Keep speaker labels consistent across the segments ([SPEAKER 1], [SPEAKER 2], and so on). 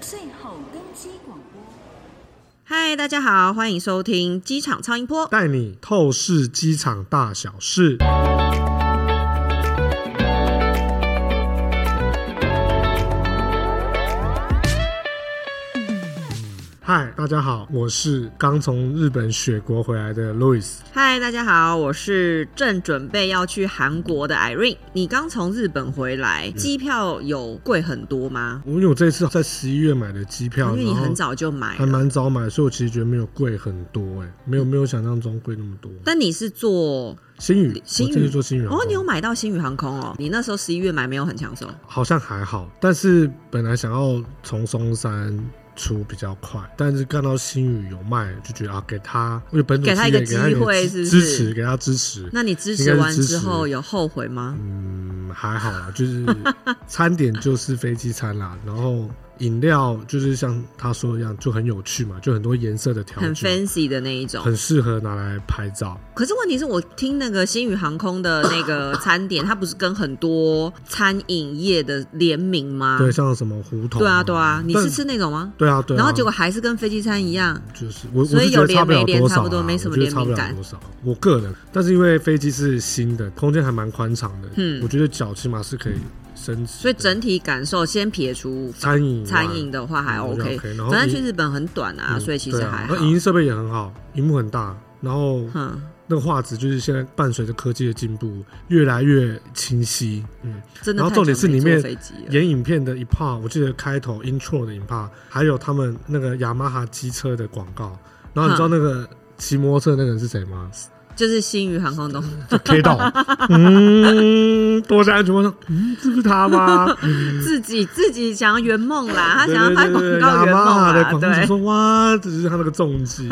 [SPEAKER 1] 最后更新广播。
[SPEAKER 2] 嗨，大家好，欢迎收听机场超音波。
[SPEAKER 3] 带你透视机场大小事。嗨，大家好，我是刚从日本雪国回来的 Louis。
[SPEAKER 2] 嗨，大家好，我是正准备要去韩国的 Irene。你刚从日本回来，
[SPEAKER 3] 嗯
[SPEAKER 2] 机票有贵很多吗？
[SPEAKER 3] 因为我这次在十一月买的机票，
[SPEAKER 2] 因为你
[SPEAKER 3] 然后
[SPEAKER 2] 很早就买
[SPEAKER 3] 还
[SPEAKER 2] 了，
[SPEAKER 3] 蛮早买，所以我其实觉得没有贵很多、哎，没有没有想象中贵那么多。
[SPEAKER 2] 但你是坐
[SPEAKER 3] 新宇，
[SPEAKER 2] 星
[SPEAKER 3] 我这次
[SPEAKER 2] 宇
[SPEAKER 3] 做新宇航
[SPEAKER 2] 哦，
[SPEAKER 3] 空
[SPEAKER 2] 你有买到星宇航空哦？你那时候十一月买没有很抢手，
[SPEAKER 3] 好像还好，但是本来想要从松山出比较快，但是看到新宇有卖，就觉得啊，给他，因为本土
[SPEAKER 2] 给他
[SPEAKER 3] 企
[SPEAKER 2] 一个
[SPEAKER 3] 业给他一
[SPEAKER 2] 机会
[SPEAKER 3] 个
[SPEAKER 2] 是不是
[SPEAKER 3] 支支持，给他支持。
[SPEAKER 2] 那你支
[SPEAKER 3] 应
[SPEAKER 2] 持
[SPEAKER 3] 该是
[SPEAKER 2] 完
[SPEAKER 3] 支
[SPEAKER 2] 之
[SPEAKER 3] 持
[SPEAKER 2] 后有后悔吗？
[SPEAKER 3] 嗯，还好啦，就是餐点就是飞机餐啦，然后饮料就是像他说的一样，就很有趣嘛，就很多颜色的调
[SPEAKER 2] 很
[SPEAKER 3] 酒，
[SPEAKER 2] fancy 的那一种，
[SPEAKER 3] 很适合拿来拍照。
[SPEAKER 2] 可是问题是我听那个星宇航空的那个餐点，它不是跟很多餐饮业的联名吗？
[SPEAKER 3] 对，像什么胡
[SPEAKER 2] 啊
[SPEAKER 3] 同，
[SPEAKER 2] 对啊，对啊，你
[SPEAKER 3] 但
[SPEAKER 2] 是吃那种吗？
[SPEAKER 3] 对啊，对啊。
[SPEAKER 2] 然后结果还是跟飞机餐一样，
[SPEAKER 3] 就是我，
[SPEAKER 2] 所以
[SPEAKER 3] 我是觉
[SPEAKER 2] 有
[SPEAKER 3] 得
[SPEAKER 2] 联
[SPEAKER 3] 差不
[SPEAKER 2] 没
[SPEAKER 3] 了
[SPEAKER 2] 联
[SPEAKER 3] 多
[SPEAKER 2] 差
[SPEAKER 3] 少
[SPEAKER 2] 不多
[SPEAKER 3] 啦
[SPEAKER 2] 没什
[SPEAKER 3] 我
[SPEAKER 2] 么
[SPEAKER 3] 觉得
[SPEAKER 2] 联
[SPEAKER 3] 差不
[SPEAKER 2] 名
[SPEAKER 3] 了
[SPEAKER 2] 感
[SPEAKER 3] 多少。我个人，但是因为飞机是新的，空间还蛮宽敞的，
[SPEAKER 2] 嗯
[SPEAKER 3] 我觉得脚起码是可以伸直的。
[SPEAKER 2] 所以整体感受先撇除
[SPEAKER 3] 餐饮以
[SPEAKER 2] 餐
[SPEAKER 3] 外
[SPEAKER 2] 饮的话还
[SPEAKER 3] 我觉
[SPEAKER 2] OK，
[SPEAKER 3] 得嗯 OK，然后
[SPEAKER 2] 反正
[SPEAKER 3] 你
[SPEAKER 2] 去日本很短啊，
[SPEAKER 3] 嗯
[SPEAKER 2] 所以其
[SPEAKER 3] 对
[SPEAKER 2] 实
[SPEAKER 3] 啊
[SPEAKER 2] 还好
[SPEAKER 3] 那。影音设备也很好，荧幕很大，然后
[SPEAKER 2] 哼，
[SPEAKER 3] 那个画质就是现在伴随着科技的进步越来越清晰。嗯，
[SPEAKER 2] 真的
[SPEAKER 3] 然后
[SPEAKER 2] 太
[SPEAKER 3] 重点
[SPEAKER 2] 久
[SPEAKER 3] 是
[SPEAKER 2] 没
[SPEAKER 3] 里
[SPEAKER 2] 坐
[SPEAKER 3] 面
[SPEAKER 2] 飞机了
[SPEAKER 3] 演影片的一 part，我记得开头 intro 的一 part，还有他们那个雅马哈机车的广告。然后你知道那个骑摩托车的那个人是谁吗？
[SPEAKER 2] 就是星宇航空东，
[SPEAKER 3] 就 K 到，嗯，躲在安全帽上，嗯，是不是他吗？
[SPEAKER 2] 自己自己想要圆梦啦， 他
[SPEAKER 3] 对
[SPEAKER 2] 想要
[SPEAKER 3] 对
[SPEAKER 2] 拍
[SPEAKER 3] 对
[SPEAKER 2] 广
[SPEAKER 3] 对，
[SPEAKER 2] 告
[SPEAKER 3] 雅
[SPEAKER 2] 圆梦
[SPEAKER 3] 马哈的
[SPEAKER 2] 啦，
[SPEAKER 3] 广告
[SPEAKER 2] 对
[SPEAKER 3] 就。说哇，只是他那个重 击，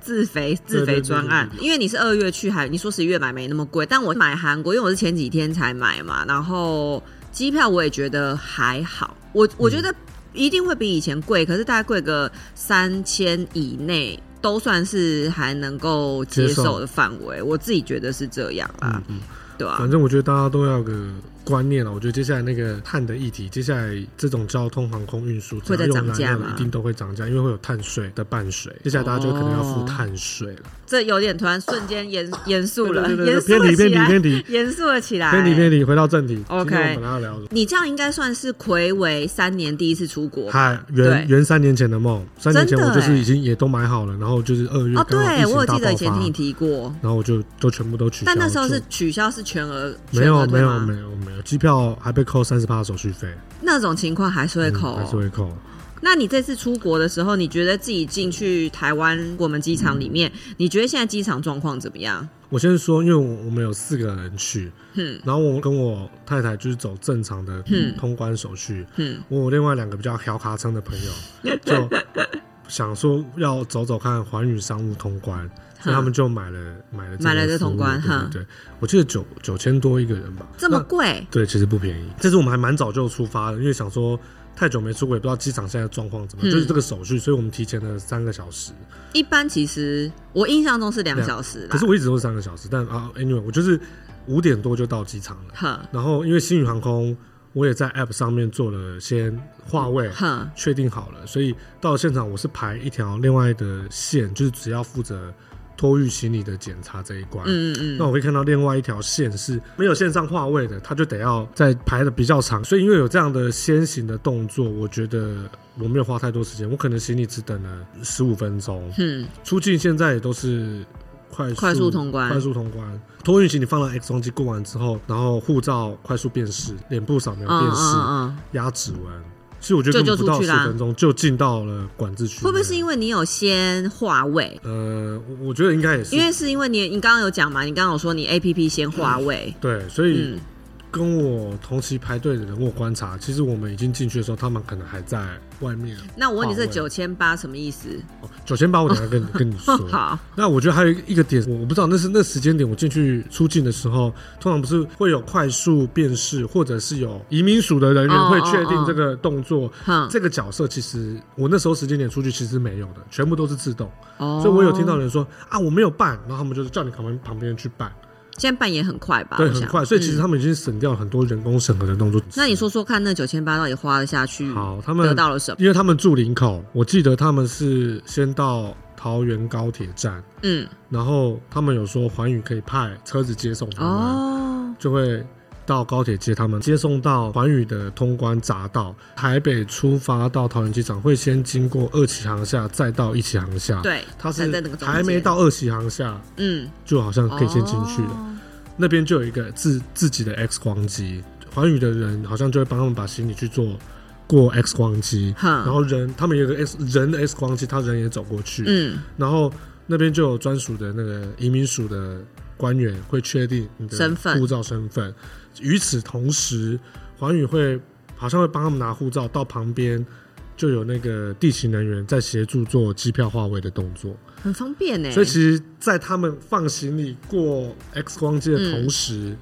[SPEAKER 2] 自肥自肥专案
[SPEAKER 3] 对对对对，对
[SPEAKER 2] 因为你是二月去海，你说十一月买没那么贵，但我买韩国，因为我是前几天才买嘛，然后机票我也觉得还好，我我
[SPEAKER 3] 嗯
[SPEAKER 2] 觉得一定会比以前贵，可是大概贵个三千以内。都算是还能够接受的范围，我自己觉得是这样啦，
[SPEAKER 3] 嗯
[SPEAKER 2] 对啊
[SPEAKER 3] 反，正我觉得大家都要有个观念了。我觉得接下来那个碳的议题，接下来这种交通航空运输
[SPEAKER 2] 会再
[SPEAKER 3] 只要用
[SPEAKER 2] 涨
[SPEAKER 3] 燃
[SPEAKER 2] 价
[SPEAKER 3] 料
[SPEAKER 2] 吗
[SPEAKER 3] 的一定都会涨价，因为会有碳税的伴随，接下来大家就可能要付
[SPEAKER 2] 哦
[SPEAKER 3] 碳税了。
[SPEAKER 2] 这有点突然瞬间严严肃了，
[SPEAKER 3] 对对
[SPEAKER 2] 严
[SPEAKER 3] 对对
[SPEAKER 2] 肃
[SPEAKER 3] 偏
[SPEAKER 2] 了
[SPEAKER 3] 离
[SPEAKER 2] 起
[SPEAKER 3] 偏离
[SPEAKER 2] 来，
[SPEAKER 3] 偏离
[SPEAKER 2] 严肃了起来，
[SPEAKER 3] 偏离偏离，回到正题。
[SPEAKER 2] OK
[SPEAKER 3] 今天我们要聊什么？
[SPEAKER 2] 你这样应该算是魁违三年第一次出国吧
[SPEAKER 3] 嗨，
[SPEAKER 2] 对
[SPEAKER 3] 圆圆三年前的梦，三年前
[SPEAKER 2] 真的
[SPEAKER 3] 我就是
[SPEAKER 2] 欸
[SPEAKER 3] 已经也都买好了，然后就是二月
[SPEAKER 2] 哦，
[SPEAKER 3] 刚好疫
[SPEAKER 2] 对，
[SPEAKER 3] 情
[SPEAKER 2] 我有记
[SPEAKER 3] 大
[SPEAKER 2] 得以
[SPEAKER 3] 爆
[SPEAKER 2] 前
[SPEAKER 3] 发
[SPEAKER 2] 听你提过，
[SPEAKER 3] 然后我就都全部都取消。
[SPEAKER 2] 但那时候
[SPEAKER 3] 就是
[SPEAKER 2] 取消是全额，
[SPEAKER 3] 没
[SPEAKER 2] 全额
[SPEAKER 3] 有没
[SPEAKER 2] 退
[SPEAKER 3] 有
[SPEAKER 2] 吗
[SPEAKER 3] 没有没有，机票还被扣三十八手续费，
[SPEAKER 2] 那种情况还是会扣、哦
[SPEAKER 3] 嗯还是会扣。
[SPEAKER 2] 那你这次出国的时候，你觉得自己进去台湾我们机场里面，
[SPEAKER 3] 嗯
[SPEAKER 2] 你觉得现在机场状况怎么样？
[SPEAKER 3] 我先说，因为我我们有四个人去，
[SPEAKER 2] 嗯
[SPEAKER 3] 然后我跟我太太就是走正常的
[SPEAKER 2] 嗯
[SPEAKER 3] 通关手续，
[SPEAKER 2] 嗯，
[SPEAKER 3] 我另外两个比较小卡称的朋 友就想说要走走看环宇商务通关，所以他们就买了买了
[SPEAKER 2] 嗯买了
[SPEAKER 3] 个
[SPEAKER 2] 这
[SPEAKER 3] 服务
[SPEAKER 2] 通关
[SPEAKER 3] 对
[SPEAKER 2] 哈
[SPEAKER 3] 对对，我记得九九千多一个人吧，
[SPEAKER 2] 这么
[SPEAKER 3] 那
[SPEAKER 2] 贵，
[SPEAKER 3] 对，其实不便宜。这次我们还蛮早就出发了，因为想说太久没出国，也不知道机场现在状况怎么
[SPEAKER 2] 嗯
[SPEAKER 3] 样，
[SPEAKER 2] 啊
[SPEAKER 3] 就是这个手续，所以我们提前了三个小时。
[SPEAKER 2] 一般其实我印象中是两小时啦。
[SPEAKER 3] 可是我一直都是三个小时，但啊，anyway，我就是五点多就到机场了。
[SPEAKER 2] 哼
[SPEAKER 3] 然后因为星宇航空，我也在 app 上面做了先话位。
[SPEAKER 2] 哼，
[SPEAKER 3] 确定好了，所以到了现场我是排一条另外的线，就是只要负责托运行李的检查这一关。
[SPEAKER 2] 嗯嗯
[SPEAKER 3] 那
[SPEAKER 2] 嗯，
[SPEAKER 3] 我会看到另外一条线是没有线上话位的，他就得要再排的比较长，所以因为有这样的先行的动作，我觉得我没有花太多时间，我可能行李只等了十五分钟。
[SPEAKER 2] 嗯，
[SPEAKER 3] 出境现在也都是快速
[SPEAKER 2] 快速通关
[SPEAKER 3] 快速通关。托运行李放到 X 光机过完之后，然后护照快速辨识，脸部扫描
[SPEAKER 2] 嗯
[SPEAKER 3] 辨识，
[SPEAKER 2] 嗯嗯，
[SPEAKER 3] 压指纹。其实我觉得根本不
[SPEAKER 2] 就就
[SPEAKER 3] 到
[SPEAKER 2] 出去
[SPEAKER 3] 十
[SPEAKER 2] 啦
[SPEAKER 3] 分钟就进到了管制区内。
[SPEAKER 2] 会不会是因
[SPEAKER 3] 为
[SPEAKER 2] 为你有先话位？
[SPEAKER 3] 呃，我我觉得应该也是
[SPEAKER 2] 因为是因为你，你刚刚有讲嘛，你刚刚有说你 A P P 先话位，
[SPEAKER 3] 对，所以
[SPEAKER 2] 嗯，
[SPEAKER 3] 跟我同期排队的人，我观察，其实我们已经进去的时候，他们可能还在外面。哦
[SPEAKER 2] 那我问你这
[SPEAKER 3] 话位
[SPEAKER 2] 九千八什么意思？
[SPEAKER 3] 九千八，我等一下跟你跟你说。
[SPEAKER 2] 好，
[SPEAKER 3] 那我觉得还有一个点，我我不知道那是那时间点，我进去出境的时候，通常不是会有快速辨识，或者是有移民署的人
[SPEAKER 2] 哦
[SPEAKER 3] 员会确
[SPEAKER 2] 哦哦
[SPEAKER 3] 定这个动作。
[SPEAKER 2] 哼，
[SPEAKER 3] 这个角色其实我那时候时间点出去其实没有的，全部都是自动，
[SPEAKER 2] 哦
[SPEAKER 3] 所以我有听到人说啊我没有办，然后他们就是叫你旁边旁边去办，
[SPEAKER 2] 现在办也很快吧？
[SPEAKER 3] 对，
[SPEAKER 2] 我
[SPEAKER 3] 很
[SPEAKER 2] 想
[SPEAKER 3] 快，所以其实
[SPEAKER 2] 嗯
[SPEAKER 3] 他们已经省掉很多人工审核的动作。
[SPEAKER 2] 那你说说看，那九千八到底花了下去，
[SPEAKER 3] 好，他
[SPEAKER 2] 得
[SPEAKER 3] 们
[SPEAKER 2] 到了什么？
[SPEAKER 3] 因为他们住林口，我记得他们是先到桃园高铁站，
[SPEAKER 2] 嗯，
[SPEAKER 3] 然后他们有说环宇可以派车子接送他们，
[SPEAKER 2] 哦，
[SPEAKER 3] 就会到高铁接他们，接送到环宇的通关匝道。台北出发到桃园机场会先经过二期航厦，再到一期航厦。，
[SPEAKER 2] 对，
[SPEAKER 3] 它
[SPEAKER 2] 才
[SPEAKER 3] 是
[SPEAKER 2] 在那个中
[SPEAKER 3] 还没
[SPEAKER 2] 间，
[SPEAKER 3] 到二期航厦，
[SPEAKER 2] 嗯，
[SPEAKER 3] 就好像可以先进去了。
[SPEAKER 2] 哦
[SPEAKER 3] 那边就有一个自自己的 X 光机，环宇的人好像就会帮他们把行李去做过 X 光机，
[SPEAKER 2] 哼
[SPEAKER 3] 然后人他们有个 X 人的 X 光机，他人也走过去，
[SPEAKER 2] 嗯，
[SPEAKER 3] 然后那边就有专属的那个移民署的官员会确定你的
[SPEAKER 2] 身份
[SPEAKER 3] 护照身份。与此同时，环宇会好像会帮他们拿护照，到旁边就有那个地勤人员在协助做机票划位的动作。
[SPEAKER 2] 很方便呢。
[SPEAKER 3] 所以其实，在他们放行李过 X 光机的
[SPEAKER 2] 嗯
[SPEAKER 3] 同时，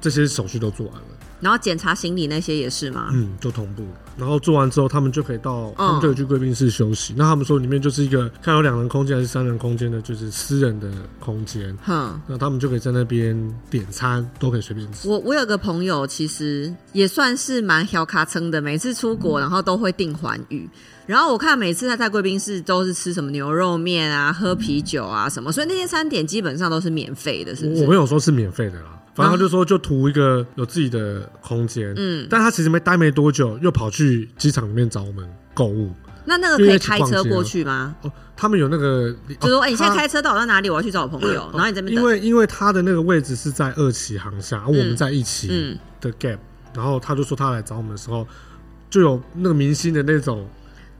[SPEAKER 3] 这些手续都做完了，
[SPEAKER 2] 然后检查行李那些也是吗？
[SPEAKER 3] 嗯，就同步。然后做完之后，他们就可以到，
[SPEAKER 2] 嗯
[SPEAKER 3] 他们就有去贵宾室休息。那他们说里面就是一个看有两人空间还是三人空间的，就是私人的空间。
[SPEAKER 2] 哼，
[SPEAKER 3] 那他们就可以在那边点餐，都可以随便吃。
[SPEAKER 2] 我我有个朋友，其实也算是蛮小卡称的，每次出
[SPEAKER 3] 嗯
[SPEAKER 2] 国然后都会订环宇，然后我看每次他在贵宾室都是吃什么牛肉面啊、喝啤酒啊什么，所以那些餐点基本上都是免费的，是不
[SPEAKER 3] 我我
[SPEAKER 2] 是？
[SPEAKER 3] 没有说是免费的啦，反正他就说就图一个有自己的空间。
[SPEAKER 2] 嗯，
[SPEAKER 3] 但他其实没待没多久，又跑去机场里面找我们购物。
[SPEAKER 2] 那那个可以开车过去吗？
[SPEAKER 3] 哦，他们有那个，哦
[SPEAKER 2] 就说，哎、你现在
[SPEAKER 3] 他哦
[SPEAKER 2] 开车到到哪里？我要去找我朋友，然后你这边
[SPEAKER 3] 因
[SPEAKER 2] 等。
[SPEAKER 3] 为因为他的那个位置是在二期航厦，啊而我们在一期
[SPEAKER 2] 嗯
[SPEAKER 3] 的 gap，、然后他就说他来找我们的时候，就有那个明星的那种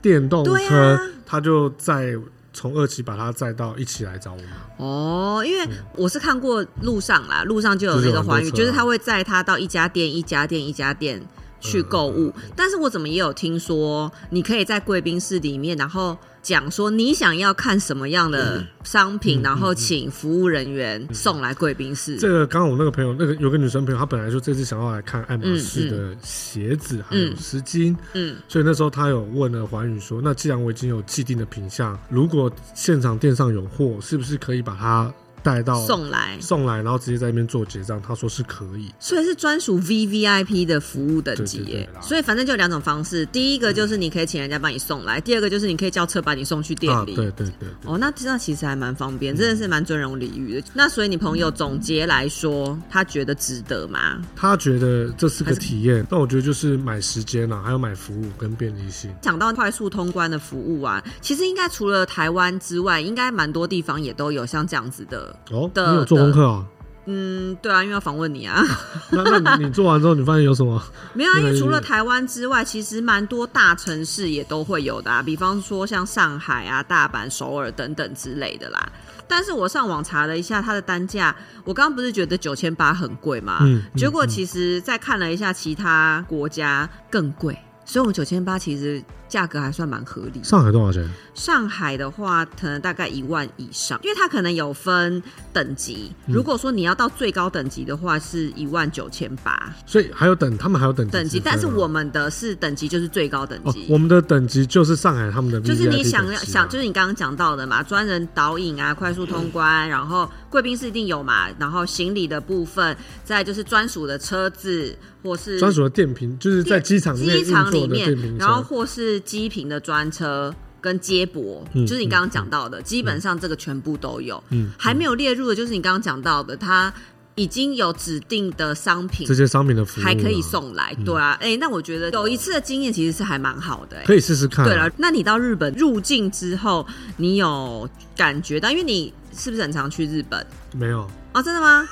[SPEAKER 3] 电动
[SPEAKER 2] 对
[SPEAKER 3] 车，
[SPEAKER 2] 啊
[SPEAKER 3] 他就在从二期把它载到一期来找我们。
[SPEAKER 2] 哦，因为我是看过路上啦，路上就有那个环宇，
[SPEAKER 3] 就
[SPEAKER 2] 就
[SPEAKER 3] 是有很多车啊嗯
[SPEAKER 2] 是他会载他到一家店、一家店、一家店去购物。但是我怎么也有听说，你可以在贵宾室里面，然后讲说你想要看什么样
[SPEAKER 3] 嗯
[SPEAKER 2] 的商品，然后请服务人员送来贵宾室。
[SPEAKER 3] 这个刚刚我那个朋友，那个有个女生朋友，她本来说这次想要来看爱马仕的鞋子、还有丝巾，
[SPEAKER 2] 嗯，
[SPEAKER 3] 所以那时候她有问了环宇说，那既然我已经有既定的品相，如果现场店上有货，是不是可以把它带到
[SPEAKER 2] 送来，
[SPEAKER 3] 送来，然后直接在那边做结账？她说是可以。
[SPEAKER 2] 所以是专属 V V I P 的服务等级
[SPEAKER 3] 对对对
[SPEAKER 2] 耶
[SPEAKER 3] 啦。
[SPEAKER 2] 所以反正就有两种方式，第一个就是你可以请人家帮你送来，第二个就是你可以叫车把你送去店
[SPEAKER 3] 啊，
[SPEAKER 2] 里。
[SPEAKER 3] 对对对对
[SPEAKER 2] 哦，那那其实还蛮方便，真的是蛮尊荣礼遇的。那所以你朋友总结来说，他觉得值得吗？
[SPEAKER 3] 她觉得这是个体验，但我觉得就是买时间啊啦、还有买服务跟便利性。
[SPEAKER 2] 讲到快速通关的服务啊，其实应该除了台湾之外，应该蛮多地方也都有像这样子的。
[SPEAKER 3] 哦，你
[SPEAKER 2] 的
[SPEAKER 3] 有做功课啊？
[SPEAKER 2] 嗯，对啊，因为要访问你啊，
[SPEAKER 3] 那那你你做完之后，你发现有什么？
[SPEAKER 2] 没有啊，因
[SPEAKER 3] 对
[SPEAKER 2] 为除了台湾之外，其实蛮多大城市也都会有的啊，比方说像上海啊、大阪、首尔等等之类的啦。但是我上网查了一下它的单价，我刚刚不是觉得九千八很贵吗？
[SPEAKER 3] 嗯嗯
[SPEAKER 2] 结果其实再看了一下其他国家更贵，所以我们九千八其实价格还算蛮合理。
[SPEAKER 3] 上海多少钱？
[SPEAKER 2] 上海的话，可能大概一万以上，因为它可能有分等级。
[SPEAKER 3] 嗯
[SPEAKER 2] 如果说你要到最高等级的话，是一万九千八
[SPEAKER 3] 所以还有等，他们还有等级
[SPEAKER 2] 等级，
[SPEAKER 3] 之分
[SPEAKER 2] 但是
[SPEAKER 3] 吗
[SPEAKER 2] 我们的是等级就是最高等
[SPEAKER 3] 啊哦
[SPEAKER 2] 级，。
[SPEAKER 3] 我们的等级就是上海他们的 VIP
[SPEAKER 2] 就
[SPEAKER 3] 等级
[SPEAKER 2] 是
[SPEAKER 3] 啊，
[SPEAKER 2] 你想要想，就是你刚刚讲到的嘛，专人导引啊，快速通
[SPEAKER 3] 嗯
[SPEAKER 2] 关，然后贵宾室一定有嘛，然后行李的部分，再来就是专属的车子或是
[SPEAKER 3] 专属的电瓶，就是在机场内
[SPEAKER 2] 机场里
[SPEAKER 3] 运作的电
[SPEAKER 2] 面
[SPEAKER 3] 瓶，车
[SPEAKER 2] 然后或是机坪的专车跟接驳，
[SPEAKER 3] 嗯
[SPEAKER 2] 就是你刚刚讲到的，基本上这个全部都有。
[SPEAKER 3] 嗯，
[SPEAKER 2] 还没有列入的就是你刚刚讲到的，它已经有指定的商品
[SPEAKER 3] 这些商品的服务啊
[SPEAKER 2] 还可以，送来，对啊，哎、那我觉得有一次的经验其实是还蛮好的、哎
[SPEAKER 3] 可以试试看啊。
[SPEAKER 2] 对了，那你到日本入境之后，你有感觉到，因为你是不是很常去日本？
[SPEAKER 3] 没有
[SPEAKER 2] 哦，真的 吗？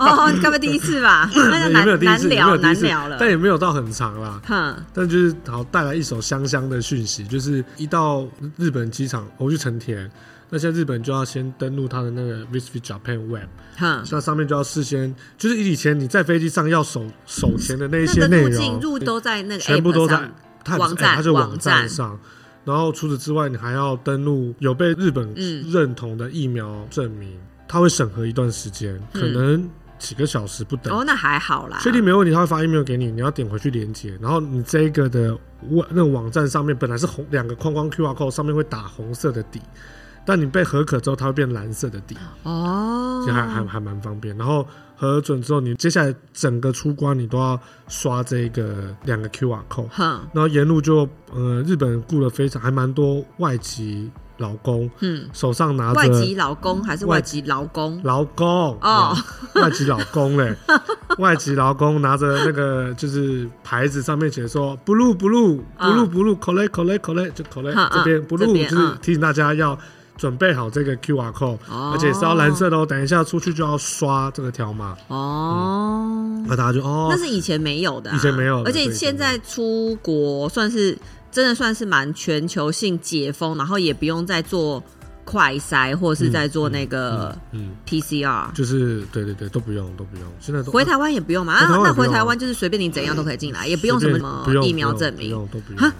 [SPEAKER 2] 哦，你该不会第一次吧？那就
[SPEAKER 3] 也没有
[SPEAKER 2] 难
[SPEAKER 3] 第一
[SPEAKER 2] 难
[SPEAKER 3] 次，也没
[SPEAKER 2] 聊
[SPEAKER 3] 有第一
[SPEAKER 2] 难
[SPEAKER 3] 次
[SPEAKER 2] 聊了
[SPEAKER 3] 但。也没有到很长啦。
[SPEAKER 2] 哼，
[SPEAKER 3] 但就是好带来一首香香的讯息，就是一到日本机场，我去成田，那现在日本就要先登录它的那个 Visit Japan Web，
[SPEAKER 2] 哼，
[SPEAKER 3] 那上面就要事先，就是以前你在飞机上要手手填的那一
[SPEAKER 2] 那
[SPEAKER 3] 些
[SPEAKER 2] 个
[SPEAKER 3] 内
[SPEAKER 2] 入境
[SPEAKER 3] 容，
[SPEAKER 2] 入都在那个 app
[SPEAKER 3] 全部都在
[SPEAKER 2] 上
[SPEAKER 3] 它
[SPEAKER 2] 网站
[SPEAKER 3] 哎它就
[SPEAKER 2] 网
[SPEAKER 3] 网站
[SPEAKER 2] 站
[SPEAKER 3] 上。然后除此之外，你还要登录有被日本
[SPEAKER 2] 嗯
[SPEAKER 3] 认同的疫苗证明，它会审核一段时间，可
[SPEAKER 2] 嗯
[SPEAKER 3] 能几个小时不等。
[SPEAKER 2] 哦，那还好啦。
[SPEAKER 3] 确定没问题，他会发 email 给你，你要点回去连接，然后你这个的网那个网站上面本来是红两个框框 QR code 上面会打红色的底，但你被合可之后，它会变蓝色的底，
[SPEAKER 2] 哦
[SPEAKER 3] 其实，还还还蛮方便。然后核准之后，你接下来整个出关你都要刷这个两个 QR code，
[SPEAKER 2] 哼，
[SPEAKER 3] 然后沿路就呃日本雇了非常还蛮多外籍劳工，
[SPEAKER 2] 嗯，
[SPEAKER 3] 手上拿
[SPEAKER 2] 外
[SPEAKER 3] 着
[SPEAKER 2] 籍老公还是外籍劳工？
[SPEAKER 3] 劳工
[SPEAKER 2] 哦
[SPEAKER 3] 嗯外籍劳工 嘞，外籍劳工拿着那个就是牌子上面写说 blue blue
[SPEAKER 2] 嗯
[SPEAKER 3] blue blue collect collect collect 就 collect
[SPEAKER 2] 嗯
[SPEAKER 3] 这边
[SPEAKER 2] 嗯这
[SPEAKER 3] blue
[SPEAKER 2] 边
[SPEAKER 3] 就是
[SPEAKER 2] 嗯
[SPEAKER 3] 提醒大家要准备好这个 QR code，
[SPEAKER 2] 哦
[SPEAKER 3] 而且是要蓝色的哦，等一下出去就要刷这个条码，
[SPEAKER 2] 哦，
[SPEAKER 3] 那大家就哦
[SPEAKER 2] 那，是以前没有的啊、
[SPEAKER 3] 以前没有的
[SPEAKER 2] 而且
[SPEAKER 3] 对
[SPEAKER 2] 现在出国算是真的算是蛮全球性解封，然后也不用再做快筛或是在做那个
[SPEAKER 3] 嗯，
[SPEAKER 2] PCR。
[SPEAKER 3] 就是对对对，都不用都不用，现在都
[SPEAKER 2] 回台湾也不用嘛，
[SPEAKER 3] 回台
[SPEAKER 2] 啊
[SPEAKER 3] 湾，也
[SPEAKER 2] 那
[SPEAKER 3] 不用
[SPEAKER 2] 回台湾就是随便你怎样都可以进来，也不用什
[SPEAKER 3] 随便
[SPEAKER 2] 么
[SPEAKER 3] 不用
[SPEAKER 2] 疫苗证
[SPEAKER 3] 不
[SPEAKER 2] 明。
[SPEAKER 3] 用不用都不用。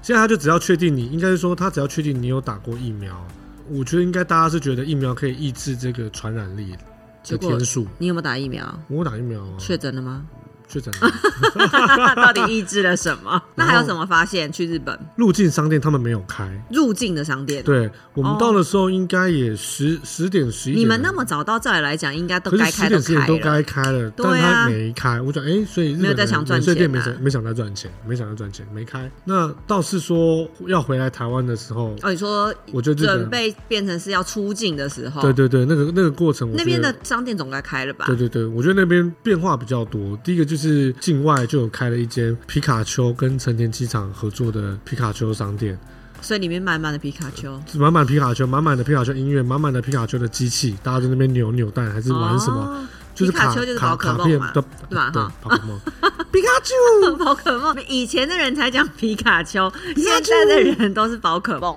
[SPEAKER 3] 现在他就只要确定你，应该是说他只要确定你有打过疫苗，我觉得应该大家是觉得疫苗可以抑制这个传染力的
[SPEAKER 2] 结果
[SPEAKER 3] 天数。
[SPEAKER 2] 你有没有打疫苗？
[SPEAKER 3] 我打疫苗啊，
[SPEAKER 2] 确诊了 吗？
[SPEAKER 3] 确诊了。
[SPEAKER 2] 到底抑制了什 么？那还有什么发现？去日本
[SPEAKER 3] 入境商店他们没有开，
[SPEAKER 2] 入境的商店，
[SPEAKER 3] 对我们
[SPEAKER 2] 哦
[SPEAKER 3] 到的时候应该也十十点十一点了。
[SPEAKER 2] 你们那么早到，照理来讲应该都
[SPEAKER 3] 可是
[SPEAKER 2] 该
[SPEAKER 3] 十
[SPEAKER 2] 开都
[SPEAKER 3] 点十
[SPEAKER 2] 开
[SPEAKER 3] 点都
[SPEAKER 2] 了。
[SPEAKER 3] 该开了，
[SPEAKER 2] 对啊
[SPEAKER 3] 但他没开。我讲，哎、所以日本
[SPEAKER 2] 没有在想赚钱啊
[SPEAKER 3] 免税店没想没想在赚钱，没想在赚钱，没开。那倒是说要回来台湾的时候，
[SPEAKER 2] 哦，你说
[SPEAKER 3] 我觉得日本
[SPEAKER 2] 准备变成是要出境的时候，
[SPEAKER 3] 对对对，那个那个过程我觉得，
[SPEAKER 2] 哦那边的商店总该开了吧？
[SPEAKER 3] 对对对，我觉得那边变化比较多。第一个就是境外就有开了一间皮卡丘跟成田机场合作的皮卡丘商店，
[SPEAKER 2] 所以里面满满的皮卡丘，
[SPEAKER 3] 满满皮卡丘，满满的皮卡丘音乐，满满的皮卡丘的机器，大家在那边扭扭蛋还是玩什么，
[SPEAKER 2] 哦
[SPEAKER 3] 就是
[SPEAKER 2] 皮卡
[SPEAKER 3] 卡
[SPEAKER 2] 丘就是
[SPEAKER 3] 卡
[SPEAKER 2] 宝
[SPEAKER 3] 卡
[SPEAKER 2] 可
[SPEAKER 3] 片
[SPEAKER 2] 梦嘛，
[SPEAKER 3] 的
[SPEAKER 2] 对吧？哈，
[SPEAKER 3] 宝可梦，皮卡丘。
[SPEAKER 2] 哦 宝可梦，以前的人才讲皮卡丘，现在的人都是宝可梦。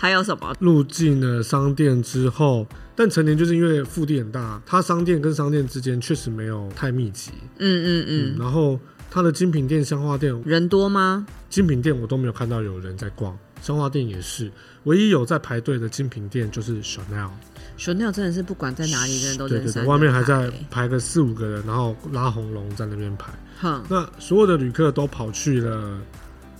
[SPEAKER 2] 还有什么？
[SPEAKER 3] 入境了商店之后，但成田就是因为腹地很大，它商店跟商店之间确实没有太密集，
[SPEAKER 2] 嗯嗯嗯，
[SPEAKER 3] 然后它的精品店、香化店
[SPEAKER 2] 人多吗？
[SPEAKER 3] 精品店我都没有看到有人在逛，生化店也是，唯一有在排队的精品店就是 Chanel，
[SPEAKER 2] 熊尿真的是不管在哪里，人都
[SPEAKER 3] 对
[SPEAKER 2] 人
[SPEAKER 3] 对
[SPEAKER 2] 山人海。
[SPEAKER 3] 对，
[SPEAKER 2] 欸
[SPEAKER 3] 外面还在排个四五个人，然后拉红龙在那边排。
[SPEAKER 2] 哼，
[SPEAKER 3] 那所有的旅客都跑去了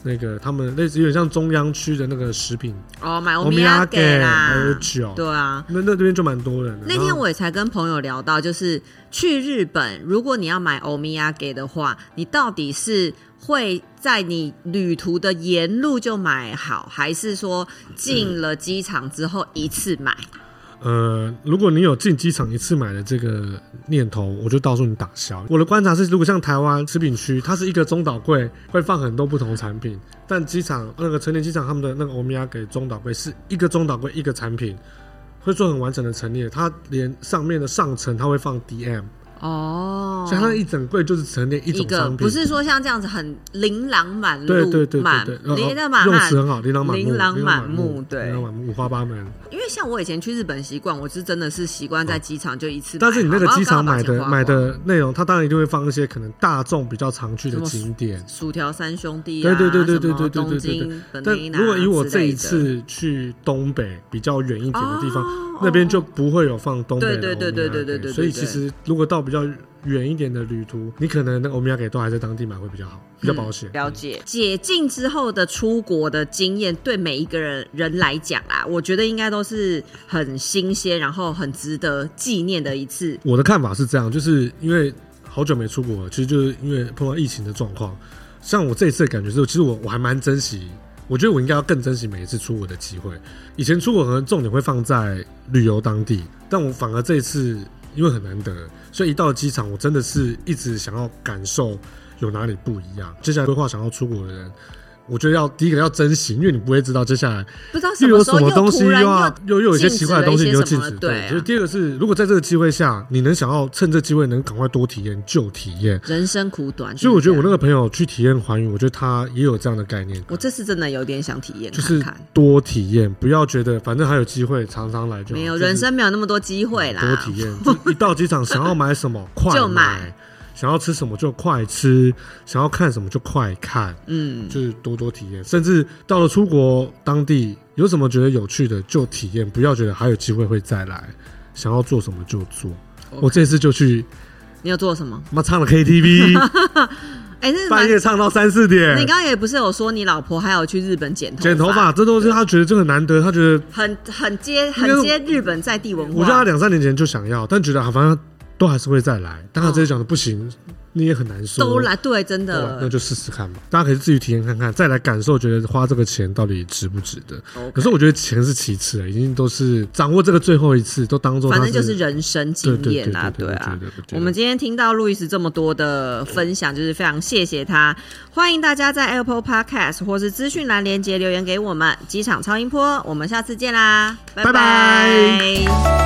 [SPEAKER 3] 那个他们类似有点像中央区的那个食品，
[SPEAKER 2] 哦，买欧
[SPEAKER 3] 欧米
[SPEAKER 2] 米
[SPEAKER 3] 亚
[SPEAKER 2] 亚
[SPEAKER 3] 给
[SPEAKER 2] 给
[SPEAKER 3] 还
[SPEAKER 2] 啦
[SPEAKER 3] 有，酒，
[SPEAKER 2] 对啊。
[SPEAKER 3] 那那边就蛮多人的。
[SPEAKER 2] 那
[SPEAKER 3] 然
[SPEAKER 2] 天
[SPEAKER 3] 后
[SPEAKER 2] 我也才跟朋友聊到，就是去日本，如果你要买欧米亚给的话，你到底是会在你旅途的沿路就买好，还是说进了机场之后一次买？
[SPEAKER 3] 呃，如果你有进机场一次买的这个念头，我就告诉你打消。我的观察是，如果像台湾食品区，它是一个中岛柜，会放很多不同产品，但机场那个成田机场他们的那个欧米亚给中岛柜是一个中岛柜一个产品，会做很完整的陈列，它连上面的上层它会放 DM，、
[SPEAKER 2] 哦，
[SPEAKER 3] 所以它那一整柜就是陈列一
[SPEAKER 2] 一
[SPEAKER 3] 种
[SPEAKER 2] 个
[SPEAKER 3] 商品，
[SPEAKER 2] 不是说像这样子很琳琅满目，
[SPEAKER 3] 对对对对
[SPEAKER 2] 满
[SPEAKER 3] 对，呃
[SPEAKER 2] 琳琅满
[SPEAKER 3] 用
[SPEAKER 2] 满
[SPEAKER 3] 词。很好，琳琅满目，
[SPEAKER 2] 琳琅满目
[SPEAKER 3] 目，
[SPEAKER 2] 对
[SPEAKER 3] 琳琅满目，五花八门。
[SPEAKER 2] 因为像我以前去日本习惯，我是真的是习惯在机场就一次买好，
[SPEAKER 3] 哦但是你那个
[SPEAKER 2] 然后
[SPEAKER 3] 机场
[SPEAKER 2] 刚好
[SPEAKER 3] 买
[SPEAKER 2] 把钱
[SPEAKER 3] 的
[SPEAKER 2] 花
[SPEAKER 3] 买
[SPEAKER 2] 光
[SPEAKER 3] 的内容，它当然一定会放一些可能大众比较常去的
[SPEAKER 2] 什么
[SPEAKER 3] 景点。
[SPEAKER 2] 薯条三兄弟
[SPEAKER 3] 对
[SPEAKER 2] 啊，
[SPEAKER 3] 对对对对
[SPEAKER 2] 什么
[SPEAKER 3] 对对对
[SPEAKER 2] 东
[SPEAKER 3] 对对
[SPEAKER 2] 京。本
[SPEAKER 3] 但
[SPEAKER 2] 尼拿
[SPEAKER 3] 如果以我这一
[SPEAKER 2] 啊之类的
[SPEAKER 3] 次去东北比较远一点的地方，
[SPEAKER 2] 哦
[SPEAKER 3] 那边就不会有放东北的
[SPEAKER 2] 对对对对对对对
[SPEAKER 3] omiyage
[SPEAKER 2] 对
[SPEAKER 3] 所以其实如果到比较远一点的旅途，你可能那个欧米亚给都还在当地买会比较好，比较保险。
[SPEAKER 2] 了解解禁之后的出国的经验，对每一个人人来讲啊，我觉得应该都是很新鲜，然后很值得纪念的一次。
[SPEAKER 3] 我的看法是这样，就是因为好久没出国了，其实就是因为碰到疫情的状况。像我这一次的感觉是，其实我我还蛮珍惜，我觉得我应该要更珍惜每一次出国的机会。以前出国可能重点会放在旅游当地，但我反而这一次因为很难得，所以一到机场，我真的是一直想要感受有哪里不一样。接下来规划想要出国的人，我觉得要第一个要珍惜，因为你不会知道接下来
[SPEAKER 2] 不知道什
[SPEAKER 3] 又有
[SPEAKER 2] 么时
[SPEAKER 3] 什
[SPEAKER 2] 候
[SPEAKER 3] 么东西
[SPEAKER 2] 突然
[SPEAKER 3] 又
[SPEAKER 2] 又
[SPEAKER 3] 要又又有一些奇怪的东西你就禁
[SPEAKER 2] 禁止了一些
[SPEAKER 3] 止
[SPEAKER 2] 什么，对啊
[SPEAKER 3] 就是第二个是，如果在这个机会下，你能想要趁这机会能赶快多体验就体验。
[SPEAKER 2] 人生苦短，
[SPEAKER 3] 所以我觉得我那
[SPEAKER 2] 个
[SPEAKER 3] 个朋友去体验环宇，我觉得他也有这样的概念感，
[SPEAKER 2] 嗯啊我这次真的有点想体验
[SPEAKER 3] 就
[SPEAKER 2] 看
[SPEAKER 3] 是
[SPEAKER 2] 看。
[SPEAKER 3] 多体验，不要觉得反正还有机会，常常来就好
[SPEAKER 2] 没有
[SPEAKER 3] 就是
[SPEAKER 2] 人生没有那么多机会
[SPEAKER 3] 多
[SPEAKER 2] 啦，
[SPEAKER 3] 体验。就一到机场想要买 什么快
[SPEAKER 2] 就
[SPEAKER 3] 买
[SPEAKER 2] 买，
[SPEAKER 3] 想要吃什么就快吃，想要看什么就快看，
[SPEAKER 2] 嗯，
[SPEAKER 3] 就是多多体验。甚至到了出国当地，有什么觉得有趣的就体验，不要觉得还有机会会再来，想要做什么就做。我这次就去
[SPEAKER 2] 你有做什么？
[SPEAKER 3] 妈唱 了 KTV，
[SPEAKER 2] 哎、那
[SPEAKER 3] 半
[SPEAKER 2] 蛮
[SPEAKER 3] 夜唱到三四点
[SPEAKER 2] 你，刚刚也不是有说你老婆还有去日本剪头
[SPEAKER 3] 剪头发，这都是他觉得这很难得，他觉得
[SPEAKER 2] 很很接
[SPEAKER 3] 应该
[SPEAKER 2] 很接日本在地文化。
[SPEAKER 3] 我觉得他两三年前就想要，但觉得啊，反正都还是会再来。当然，
[SPEAKER 2] 嗯
[SPEAKER 3] 这些讲的不行，你也很难说。
[SPEAKER 2] 都来，对，真
[SPEAKER 3] 对吧，那
[SPEAKER 2] 的。
[SPEAKER 3] 就试试看吧。大家可以自己体验看看，再来感受，觉得花这个钱到底值不值得。可是我觉得钱是其次的，已经都是掌握这个最后一次，都当做
[SPEAKER 2] 反正就是人生
[SPEAKER 3] 对
[SPEAKER 2] 经
[SPEAKER 3] 对
[SPEAKER 2] 验啊，
[SPEAKER 3] 对
[SPEAKER 2] 对啊。
[SPEAKER 3] 对对对
[SPEAKER 2] 我们今天听到路易斯这么多的分享，就是非常谢谢他。欢迎大家在 Apple Podcast 或是资讯栏连接留言给我们。机场超音波，我们下次见啦，
[SPEAKER 3] 拜
[SPEAKER 2] 拜
[SPEAKER 3] 拜
[SPEAKER 2] 拜